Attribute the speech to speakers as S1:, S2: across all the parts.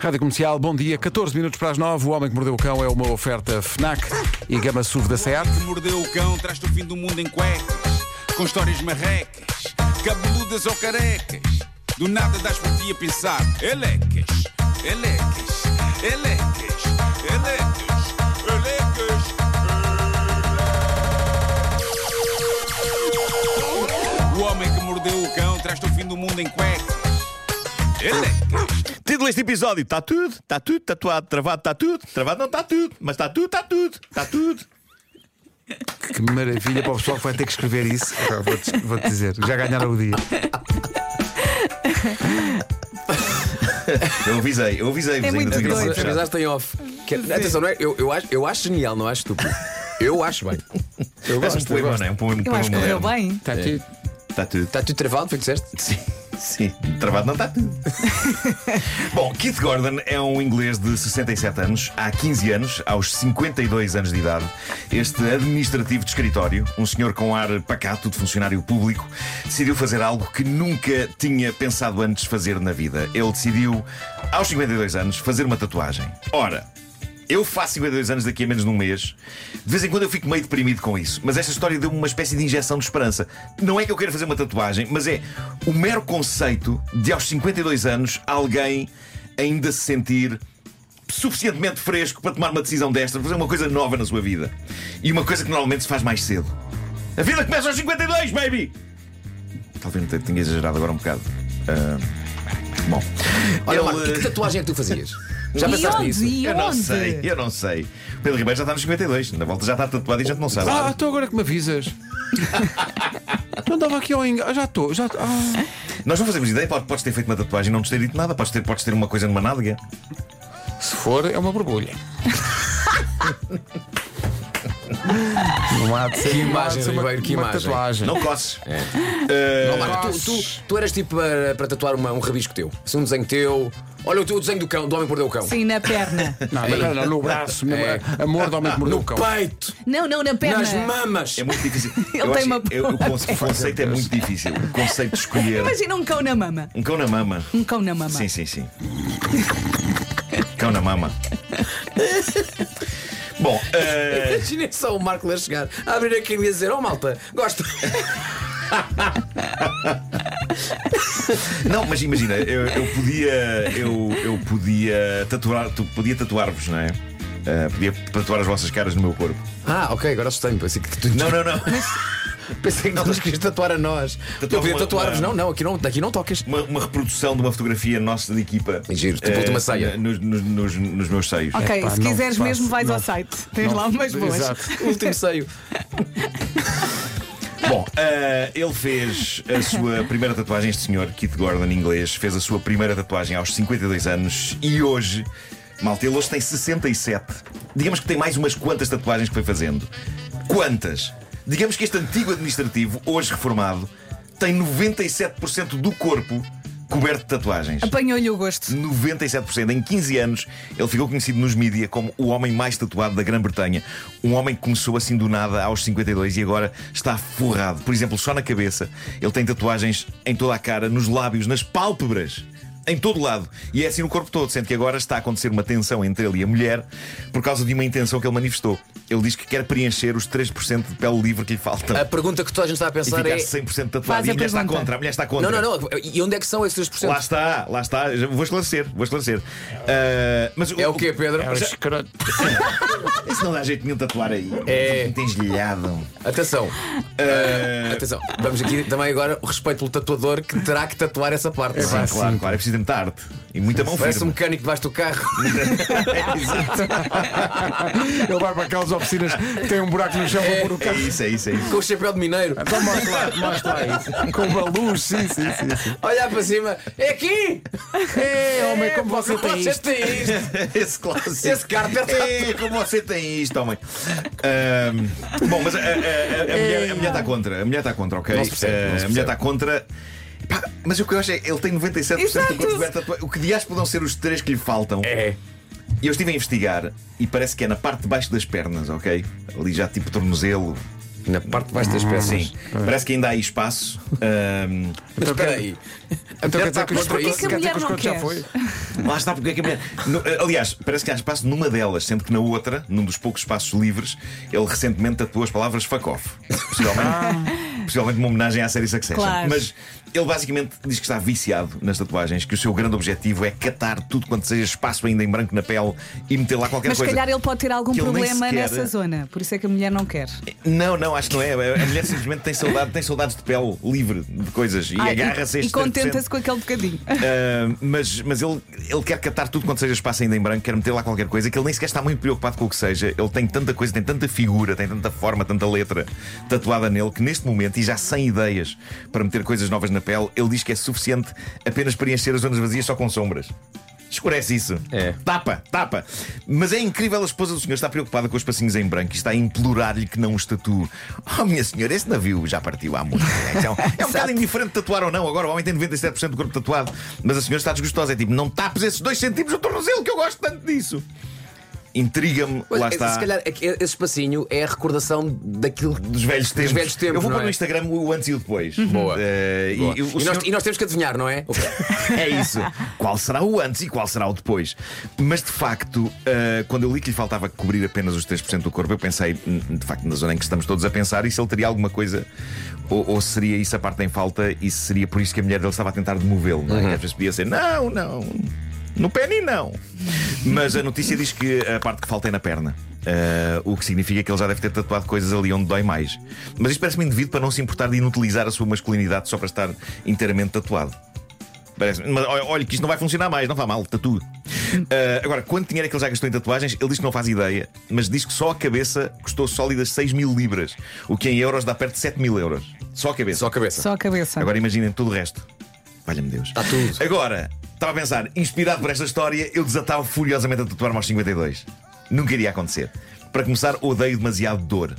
S1: Rádio Comercial, bom dia. 14 minutos para as 9. O Homem que Mordeu o Cão é uma oferta FNAC e Gama SUV da SEAT.
S2: que mordeu o cão traz-te o fim do mundo em cuecas, com histórias marrecas, cabeludas ou carecas. Do nada das por ti a pensar, elecas, elecas, elecas, elecas, elecas. O homem que mordeu o cão traz-te o fim do mundo em cuecas, elecas.
S3: Título deste episódio: Está tudo, está tudo, tatuado, travado, está tudo, travado não está tudo, mas está tudo, está tudo, está tudo.
S1: Que maravilha para o pessoal que vai ter que escrever isso. Ah, Vou-te vou-te dizer, já ganharam o dia.
S3: Eu avisei, eu avisei,
S4: É muito doido.
S5: Mas avisaste em off. Que- atenção, não é? Eu, eu acho, eu acho genial, não acho estúpido. Eu acho bem.
S3: Eu gosto um poema, não é? Um poema, um
S4: Eu acho que correu
S3: moderno.
S4: bem.
S1: Está aqui.
S3: Está tudo,
S5: Está tá tudo travado, foi o que disseste?
S3: Sim, sim. Travado não está tudo. Bom, Keith Gordon é um inglês de 67 anos, há 15 anos, aos 52 anos de idade. Este administrativo de escritório, um senhor com ar pacato de funcionário público, decidiu fazer algo que nunca tinha pensado antes fazer na vida. Ele decidiu, aos 52 anos, fazer uma tatuagem. Ora, Eu faço 52 anos daqui a menos de um mês. De vez em quando eu fico meio deprimido com isso, mas esta história deu-me uma espécie de injeção de esperança. Não é que eu queira fazer uma tatuagem, mas é o mero conceito de aos 52 anos alguém ainda se sentir suficientemente fresco para tomar uma decisão desta, para fazer uma coisa nova na sua vida. E uma coisa que normalmente se faz mais cedo. A vida começa aos 52, baby! Talvez não tenha exagerado agora um bocado. Ah, bom.
S5: Olha,
S3: Ele, eh,
S5: Marco, e que tatuagem é que tu fazias? Já
S4: e
S5: pensaste
S4: onde?
S5: nisso?
S4: E
S3: eu
S4: onde?
S3: não sei, eu não sei. Pedro Ribeiro já está nos 52, na volta já está tatuado e a gente não sabe.
S1: Ah, então agora que me avisas. Não andava aqui ao enga... Ah, Já estou, já estou. Ah.
S3: Nós não fazemos ideia, pode- podes ter feito uma tatuagem e não nos ter dito nada, podes ter, podes ter uma coisa numa nádega.
S1: Se for, é uma borbulha. Não há de ser
S5: Que
S1: não há de
S5: imagem,
S1: ser uma,
S5: Ribeiro, que
S1: uma
S5: imagem.
S1: tatuagem.
S3: Não Eh, coces.
S5: Não, Marco, tu, tu- tu eras tipo para, para tatuar uma- um rabisco teu. Se um desenho teu. Olha o teu desenho do cão, do homem que mordeu o cão.
S4: Sim, na perna.
S1: Não, mas não, não, no braço, no,
S5: É.
S1: amor do homem que mordeu o
S5: No
S1: cão.
S5: peito,
S4: Não, não, na perna.
S5: nas mamas.
S3: É muito difícil.
S4: Ele
S3: eu
S4: tem
S3: acho
S4: uma
S3: que- eu- o
S4: boa
S3: conce- o conceito é muito difícil. O conceito de escolher.
S4: Imagina um cão na mama.
S3: Um cão na mama.
S4: Um cão na mama.
S3: Sim, sim, sim. Cão na mama. Bom, eh,
S5: Imaginem só o Marco Ler chegar a abrir a camisa e dizer: Oh malta, gosto.
S3: Não, mas imagina, eu, eu podia. Eu, eu podia tatuar. Tu podia tatuar-vos, não é? Ah, podia tatuar as vossas caras no meu corpo.
S5: Ah, ok, agora assustei-me. Pensei que tu
S3: Não, não, não.
S5: Pensei que não nos querias tatuar a nós. eu podia
S3: uma-
S5: tatuar-vos.
S3: uma-
S5: Não, não, aqui não, aqui não tocas.
S3: Uma, uma reprodução de uma fotografia nossa de equipa.
S5: É giro, tipo
S3: Ah,
S5: última ceia.
S3: Nos, nos- nos- nos meus seios.
S4: Ok,
S1: Epá,
S4: se
S1: não,
S4: quiseres
S1: faço,
S4: mesmo, vais
S1: não.
S4: ao site. Tens lá umas boas.
S1: Exato.
S5: Último seio.
S3: Bom, ah, ele fez a sua primeira tatuagem, este senhor, Keith Gordon, inglês, fez a sua primeira tatuagem aos 52 anos e hoje, malta, ele hoje tem 67. Digamos que tem mais umas quantas tatuagens que foi fazendo. Quantas? Digamos que este antigo administrativo, hoje reformado, tem 97% do corpo coberto de tatuagens.
S4: Apanhou-lhe o gosto.
S3: 97%. Em 15 anos, ele ficou conhecido nos mídia como o homem mais tatuado da Grã-Bretanha. Um homem que começou assim do nada aos 52 e agora está forrado. Por exemplo, só na cabeça. Ele tem tatuagens em toda a cara, nos lábios, nas pálpebras. Em todo lado. E é assim no corpo todo, sendo que agora está a acontecer uma tensão entre ele e a mulher por causa de uma intenção que ele manifestou. Ele diz que quer preencher os 3% de pele livre que lhe
S5: A
S3: faltam
S5: pergunta que toda a gente está a
S3: e
S5: pensar
S3: ficar
S5: é.
S3: 100%
S4: Faz
S3: tatuado.
S4: a
S3: E a mulher está
S4: pergunta.
S3: contra. A mulher está contra.
S5: Não, não, não. E onde é que são esses 3%?
S3: Lá está, lá está. Já Vou esclarecer, vou esclarecer. Ah, mas
S5: É o quê, Pedro?
S1: É um escroto.
S3: Isso não dá jeito nenhum de tatuar aí.
S5: É.
S3: Tem esguilhado.
S5: Atenção. Eh, atenção. Vamos aqui também agora o respeito pelo tatuador que terá que tatuar essa parte.
S3: Sim, claro, claro. É preciso de muita arte. E muita mão
S5: Parece um
S3: firme. É
S5: mecânico debaixo do carro.
S1: Ele vai para aquelas oficinas que tem um buraco no chão para pôr o
S3: É
S1: carro.
S3: isso, é isso, é isso.
S5: Com o chapéu de mineiro,
S1: Então mostra lá, mostra lá isso. Com uma luz, sim, sim, sim. sim.
S5: olhar para cima, é aqui!
S1: É, homem, como você tem
S5: Vocês
S1: isto?
S5: têm isto!
S3: Esse clássico.
S5: Esse cárter.
S3: É, como você tem isto, homem. Ahm, bom, mas a, a- a- a mulher, a mulher está contra. A mulher está contra, ok?
S5: Não se percebe,
S3: Ah,
S5: não se
S3: a mulher
S5: percebe.
S3: está contra. Pá, mas o que eu acho é que ele tem 97%
S4: Exato.
S3: do corpo coberto de tatuagem. O que dias podem ser os três que lhe faltam?
S5: É.
S3: E eu estive a investigar e parece que é na parte de baixo das pernas, ok? Ali já tipo tornozelo,
S5: Na parte de baixo das peças.
S3: Sim, parece que ainda há aí espaço. Ahm,
S5: Mas espera aí.
S1: Então quer dizer
S5: Aperta
S1: que os
S5: a porta
S1: escrotos-
S5: aí.
S1: quer dizer que os
S6: mulher não
S1: escrotos já
S6: quer.
S1: foi?
S3: Lá está, porque é que a mulher. No- aliás, parece que há espaço numa delas, sendo que na outra, num dos poucos espaços livres, ele recentemente tatuou as palavras fuck off. Possivelmente, possivelmente uma homenagem à série Succession.
S4: Ah. Claro.
S3: Mas ele basicamente diz que está viciado nas tatuagens, que o seu grande objetivo é catar tudo quanto seja espaço ainda em branco na pele e meter lá qualquer
S4: Mas se
S3: coisa.
S4: calhar ele pode ter algum
S3: que ele nem
S4: problema
S3: sequer-
S4: nessa zona, por isso é que a mulher não quer.
S3: Não, não, acho que não é. A mulher simplesmente tem saudade, tem saudades de pele livre de coisas e
S4: Ah,
S3: agarra-se a
S4: e,
S3: este
S4: e contenta-se com aquele bocadinho.
S3: Uh, mas mas ele, ele quer catar tudo quanto seja espaço ainda em branco, quer meter lá qualquer coisa, que ele nem sequer está muito preocupado com o que seja. Ele tem tanta coisa, tem tanta figura, tem tanta forma, tanta letra tatuada nele, que neste momento, e já sem ideias para meter coisas novas na pele, ele diz que é suficiente apenas preencher as zonas vazias só com sombras. Escurece isso.
S5: É.
S3: Tapa, tapa. Mas é incrível, a esposa do senhor está preocupada com os passinhos em branco e está a implorar-lhe que não os tatue. Oh, minha senhora, esse navio já partiu há muito. né? Então, é um bocado indiferente tatuar ou não. Agora o homem tem 97% do corpo tatuado, mas a senhora está desgostosa. É tipo, não tapes esses 2 centímetros do tornozelo que eu gosto tanto disso. Intriga-me,
S5: Mas,
S3: lá
S5: eh,
S3: está.
S5: Se calhar é que esse espacinho é a recordação daquilo
S3: Dos velhos tempos.
S5: velhos tempos,
S3: eu vou
S5: não
S3: pôr
S5: é?
S3: no Instagram o antes e o depois.
S5: Boa.
S3: Eh,
S5: Boa.
S3: E,
S5: E,
S3: o- o
S5: nós,
S3: senhor-
S5: e nós temos que adivinhar, não é?
S3: É isso. Qual será o antes e qual será o depois? Mas de facto, ah, quando eu li que lhe faltava cobrir apenas os 3% do corpo, eu pensei, hum, de facto, na zona em que estamos todos a pensar, e se ele teria alguma coisa, ou, ou seria isso a parte em falta, e se seria por isso que a mulher dele estava a tentar demovê-lo, não é? E Às vezes podia ser, não, não, no pé não. Mas a notícia diz que a parte que falta é na perna. Ah, o que significa que ele já deve ter tatuado coisas ali onde dói mais. Mas isto parece-me indivíduo para não se importar de inutilizar a sua masculinidade só para estar inteiramente tatuado. Parece. Mas olha, olha que isto não vai funcionar mais, não vá mal, tatu. Ah, agora, quanto dinheiro é que ele já gastou em tatuagens? Ele diz que não faz ideia, mas diz que só a cabeça custou sólidas 6 mil libras, o que em euros dá perto de 7 mil euros. Só a cabeça.
S5: Só a cabeça.
S4: Só a cabeça.
S3: Agora imaginem tudo o resto. Valha-me Deus.
S5: Está tudo.
S3: Agora, estava a pensar, inspirado por esta história, eu desatava furiosamente a tatuar-me aos 52. Nunca iria acontecer. Para começar, odeio demasiado dor.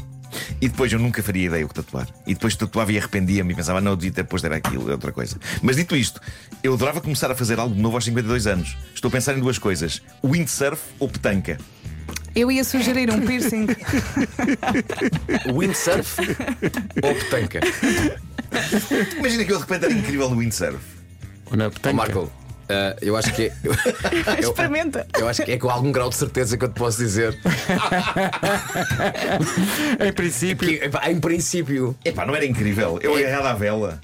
S3: E depois eu nunca faria ideia o que tatuar. E depois tatuava e arrependia-me e pensava, não, eu devia ter posto era aquilo, era outra coisa. Mas dito isto, eu adorava começar a fazer algo de novo aos 52 anos. Estou a pensar em duas coisas: windsurf ou petanca.
S4: Eu ia sugerir um piercing.
S5: Windsurf ou petanca?
S3: Imagina que eu de repente era incrível no windsurf.
S1: Na
S5: Ó,
S1: petanca.
S5: Marco, eh, eu acho que é. eu-
S4: Experimenta.
S5: Eu acho que é com algum grau de certeza que eu te posso dizer
S1: Em princípio.
S5: que, epá, em princípio,
S3: Epá, não era incrível. Eu agarrado à vela.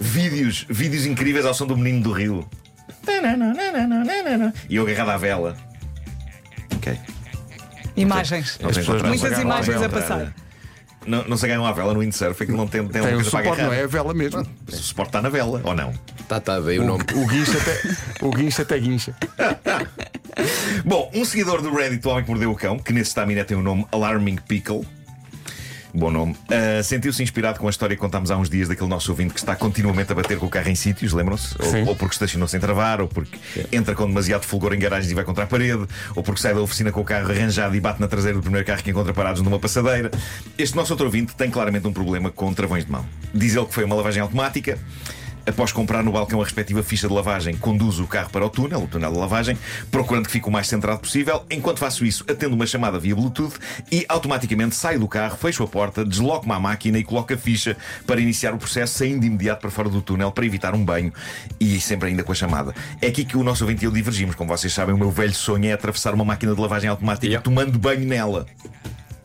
S3: vídeos, vídeos incríveis ao som do menino do rio. E eu agarrado à vela. Ok.
S4: Imagens.
S3: Não se
S1: pessoas
S3: encontraram-
S1: não
S3: se
S1: Muitas
S3: agarram à
S4: imagens
S3: vela,
S4: a passar.
S3: Não, não se ganham à vela no windsurf, aquilo não tem, tem,
S1: Tem
S3: alguma
S1: um
S3: coisa para
S1: suporte,
S3: agarrar.
S1: não é? A vela mesmo.
S3: O suporte está na vela, ou não?
S5: tá, tá bem o nome.
S1: O, o guincho até, o guincho até guincha.
S3: Bom, um seguidor do Reddit, o Homem que Mordeu o Cão, que nesse estaminé tem o nome Alarming Pickle. Bom nome. Ah, Sentiu-se inspirado com a história que contámos há uns dias daquele nosso ouvinte que está continuamente a bater com o carro em sítios, lembram-se?
S1: Sim.
S3: Ou, ou porque estacionou sem travar, ou porque entra com demasiado fulgor em garagens e vai contra a parede, ou porque sai da oficina com o carro arranjado e bate na traseira do primeiro carro que encontra parados numa passadeira. Este nosso outro ouvinte tem claramente um problema com travões de mão. Diz ele que foi uma lavagem automática. Após comprar no balcão a respectiva ficha de lavagem, conduzo o carro para o túnel, o túnel de lavagem, procurando que fique o mais centrado possível. Enquanto faço isso, atendo uma chamada via Bluetooth e automaticamente saio do carro, fecho a porta, desloco-me à máquina e coloco a ficha para iniciar o processo, saindo de imediato para fora do túnel para evitar um banho e sempre ainda com a chamada. É aqui que o nosso ouvinte e eu divergimos. Como vocês sabem, o meu velho sonho é atravessar uma máquina de lavagem automática
S5: Yeah.
S3: tomando banho nela.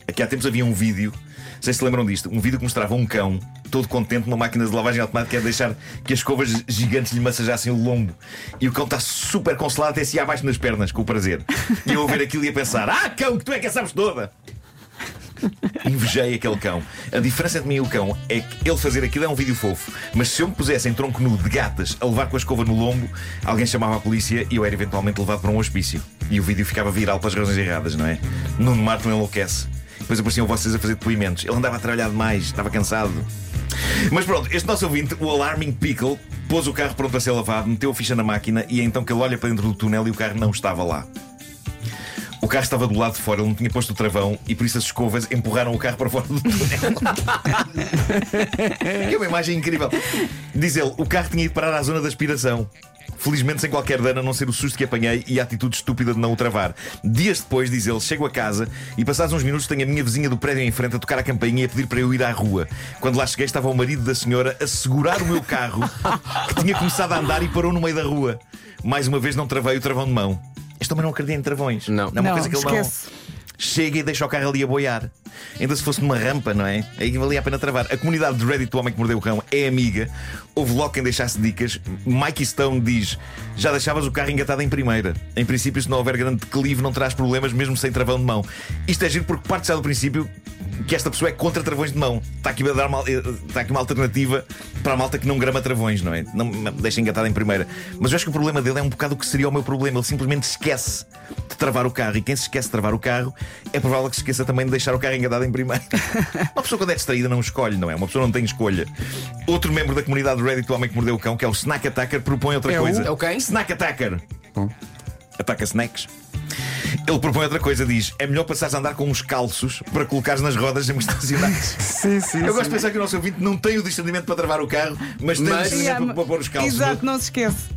S3: Aqui há tempos havia um vídeo, não sei se lembram disto, um vídeo que mostrava um cão todo contente numa máquina de lavagem automática a deixar que as escovas gigantes lhe massajassem o lombo. E o cão está super consolado até se ia abaixo nas pernas, com o prazer. E eu a ver aquilo e a pensar: Ah, cão, que tu é que a sabes toda! Invejei aquele cão. A diferença entre mim e o cão é que ele fazer aquilo é um vídeo fofo, mas se eu me pusesse em tronco nu de gatas a levar com a escova no lombo, alguém chamava a polícia e eu era eventualmente levado para um hospício. E o vídeo ficava viral pelas razões erradas, não é? Nuno Marto enlouquece. Depois apareciam vocês a fazer depoimentos. Ele andava a trabalhar demais, estava cansado. Mas pronto, este nosso ouvinte, o Alarming Pickle, pôs o carro pronto para ser lavado, meteu a ficha na máquina e é então que ele olha para dentro do túnel e o carro não estava lá. O carro estava do lado de fora, ele não tinha posto o travão e por isso as escovas empurraram o carro para fora do túnel. que é uma imagem incrível. Diz ele, o carro tinha ido parar à zona da aspiração. Felizmente sem qualquer dano, a não ser o susto que apanhei e a atitude estúpida de não o travar. Dias depois, diz ele, chego a casa e passados uns minutos tenho a minha vizinha do prédio em frente a tocar a campainha e a pedir para eu ir à rua. Quando lá cheguei estava o marido da senhora a segurar o meu carro que tinha começado a andar e parou no meio da rua. Mais uma vez não travei o travão de mão. Este também não acredita em travões.
S5: Não.
S3: é uma
S4: Não,
S3: coisa que ele
S4: esquece.
S3: não chega e deixa o carro ali a boiar. Ainda se fosse numa rampa, não é? Aí valia a pena travar. A comunidade de Reddit do Homem que Mordeu o Cão é amiga. Houve logo quem deixasse dicas. Mikey Stone diz: Já deixavas o carro engatado em primeira. Em princípio, se não houver grande declive, não terás problemas mesmo sem travão de mão. Isto é giro porque parte já do princípio que esta pessoa é contra travões de mão. Está aqui, a dar mal- eh, está aqui uma alternativa para a malta que não grama travões, não é? Não me deixa engatado em primeira. Mas eu acho que o problema dele é um bocado o que seria o meu problema. Ele simplesmente esquece de travar o carro. E quem se esquece de travar o carro é provável que se esqueça também de deixar o carro engatado em primeiro. Uma pessoa, quando é distraída, não escolhe, não é? Uma pessoa não tem escolha. Outro membro da comunidade do Reddit, o homem que mordeu o cão, que é o Snack Attacker, propõe outra
S1: É o-
S3: coisa.
S5: é o quem?
S3: Snack Attacker.
S1: Bom.
S3: Ataca snacks. Ele propõe outra coisa, diz: é melhor passares a andar com uns calços para colocares nas rodas em estacionados.
S1: Sim, sim.
S3: Eu gosto de pensar que o nosso ouvinte não tem o discernimento para travar o carro, mas tem o
S5: Mas-
S3: discernimento para, para pôr os calços.
S4: Exato, não se esquece.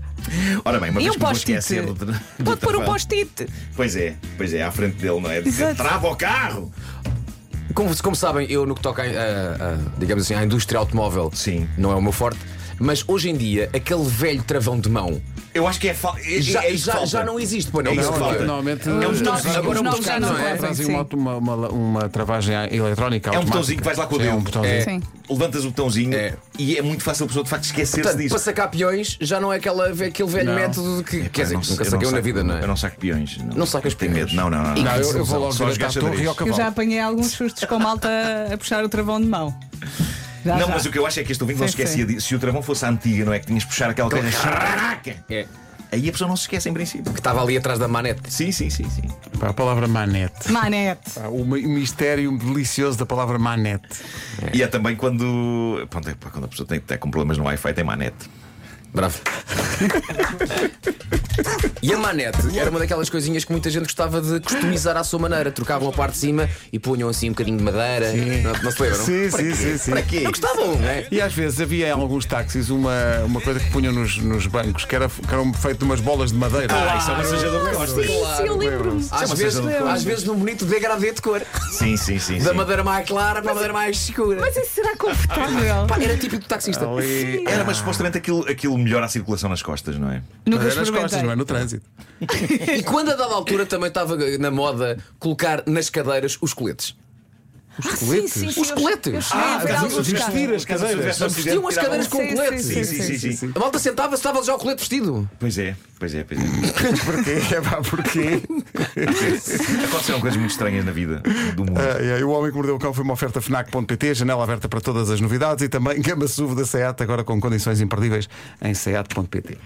S3: Ora bem, uma
S4: E
S3: vez
S4: um
S3: que me vou
S4: post-it?
S3: esquecer do, tra- do
S4: Pode pôr um
S3: travão-
S4: post-it.
S3: Pois é, pois é, à frente dele, não é? Dizer,
S4: Exato.
S3: Trava o carro!
S5: Como, como sabem, eu no que toca, a- a- a, digamos assim, à indústria automóvel,
S3: Sim.
S5: não é o meu forte, mas hoje em dia, aquele velho travão de mão
S3: Eu acho que é falta.
S5: já, já, já não existe, pois não?
S3: É isso que
S5: Porque-
S3: falta.
S1: Normalmente
S4: É os novos-
S1: agora
S4: os
S1: um
S4: novos
S1: botão,
S4: já não
S1: não é?
S4: fazem,
S1: Fazem
S4: sim.
S1: uma, auto- uma, uma, uma travagem eletrónica.
S3: É um
S1: automática.
S3: botãozinho que vais lá com o
S1: Sim, É
S3: dedo.
S1: um botãozinho.
S4: Sim.
S3: Levantas o botãozinho
S5: É.
S3: e é muito fácil a pessoa de facto esquecer-se
S5: Portanto,
S3: disso.
S5: para sacar peões já não é aquela, aquele velho
S1: Não.
S5: método que.
S3: Epá,
S5: quer dizer,
S3: não-
S5: nunca
S3: eu
S5: saquei um na
S3: saco-
S5: vida, não é?
S3: Eu não saco peões.
S5: Não sacas
S3: Tenho
S5: peões.
S3: medo. Não, não, não.
S1: Não, eu, eu vou logo
S3: Só os
S1: direto à torre e ao
S3: gastadores.
S4: Eu
S1: cavalo.
S4: já apanhei alguns sustos com malta a puxar o travão de mão. Já,
S3: Não,
S4: já.
S3: mas o que eu acho é que este ouvinte não
S4: Sim,
S3: esquecia disso. Se o travão fosse a antiga, não é? Que tinhas de puxar aquela coisa. Caraca!
S5: É.
S3: Aí a pessoa não se esquece em princípio.
S5: Que estava ali atrás da manete.
S3: Sim, sim, sim, sim.
S1: Pá, A palavra manete.
S4: Manete.
S1: Pá, O mi- mistério delicioso da palavra manete.
S3: E é também quando. Pronto, é pá, quando a pessoa tem, tem com problemas no Wi-Fi, tem manete.
S5: Bravo. e a manete era uma daquelas coisinhas que muita gente gostava de customizar à sua maneira. Trocavam a parte de cima e punham assim um bocadinho de madeira. Não, não se lembram?
S1: Sim,
S5: Para
S1: sim,
S5: quê?
S1: sim, sim.
S5: Para quê? Não gostavam, não é?
S1: E às vezes havia em alguns táxis uma, uma coisa que punham nos, nos bancos que, era, que eram feito de umas bolas de madeira.
S3: Ah, isso é uma massageador de costas.
S4: Sim, eu lembro-me.
S5: Às
S3: Sim,
S5: vezes,
S3: mas seja de cor.
S5: às vezes num bonito degradê de cor.
S3: Sim, sim, sim.
S5: Da
S3: sim.
S5: madeira mais clara para a madeira mais escura.
S4: Mas isso será confortável?
S5: Pá, era típico do taxista.
S1: Ali-
S3: Era, mas supostamente aquilo, aquilo melhora a circulação nas costas, não é?
S4: Nunca
S1: Mas era nas costas, não é?
S4: experimentei.
S1: No trânsito.
S5: E quando a dada altura também estava na moda colocar nas cadeiras os coletes.
S4: Ah, Sim, sim, sim.
S5: Os
S4: eu-
S5: coletes.
S4: Eu cheguei a ver
S1: Ah,
S4: alguns
S1: vestir
S4: casos.
S1: as cadeiras.
S5: Vestiam as cadeiras com
S4: Sim, sim,
S5: coletes.
S3: um- Sim, sim, sim, sim.
S5: A malta sentava-se, estava já o colete vestido.
S3: Pois é, pois é, pois é.
S1: Porquê? É pá, porquê?
S3: Aconteceram coisas muito estranhas na vida do mundo.
S1: Ah, e aí, o Homem que Mordeu o Cão foi uma oferta FNAC.pt, janela aberta para todas as novidades e também gama SUV da SEAT, agora com condições imperdíveis em SEAT.pt.